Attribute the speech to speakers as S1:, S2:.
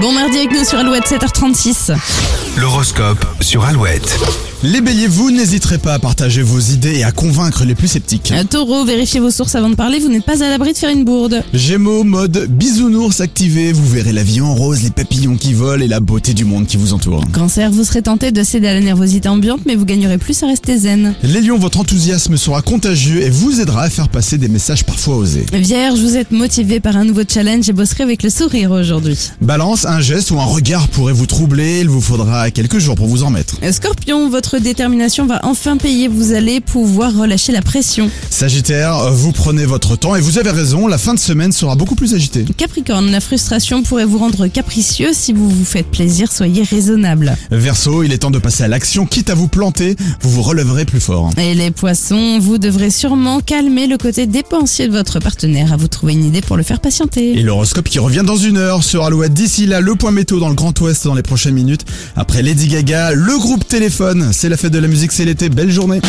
S1: Bon mardi avec nous sur Alouette 7h36.
S2: L'horoscope sur Alouette.
S3: Les béliers, vous n'hésiterez pas à partager vos idées et à convaincre les plus sceptiques.
S1: Euh, Taureau, vérifiez vos sources avant de parler, vous n'êtes pas à l'abri de faire une bourde.
S3: Gémeaux, mode bisounours activé, vous verrez la vie en rose, les papillons qui volent et la beauté du monde qui vous entoure.
S1: Cancer, vous serez tenté de céder à la nervosité ambiante, mais vous gagnerez plus à rester zen.
S3: Les lions, votre enthousiasme sera contagieux et vous aidera à faire passer des messages parfois osés.
S1: Vierge, vous êtes motivé par un nouveau challenge et bosserez avec le sourire aujourd'hui.
S3: Balance, un geste ou un regard pourrait vous troubler, il vous faudra quelques jours pour vous en mettre.
S1: Euh, Scorpion, votre détermination va enfin payer, vous allez pouvoir relâcher la pression.
S3: Sagittaire, euh, vous prenez votre temps et vous avez raison, la fin de semaine sera beaucoup plus agitée.
S1: Capricorne, la frustration pourrait vous rendre capricieux, si vous vous faites plaisir, soyez raisonnable.
S3: Verseau, il est temps de passer à l'action, quitte à vous planter, vous vous releverez plus fort.
S1: Et les poissons, vous devrez sûrement calmer le côté dépensier de votre partenaire à vous trouver une idée pour le faire patienter.
S3: Et l'horoscope qui revient dans une heure sur Alouette. D'ici là, le point météo dans le Grand Ouest dans les prochaines minutes. Après Lady Gaga, le groupe Téléphone, c'est la fête de la musique, c'est l'été, belle journée.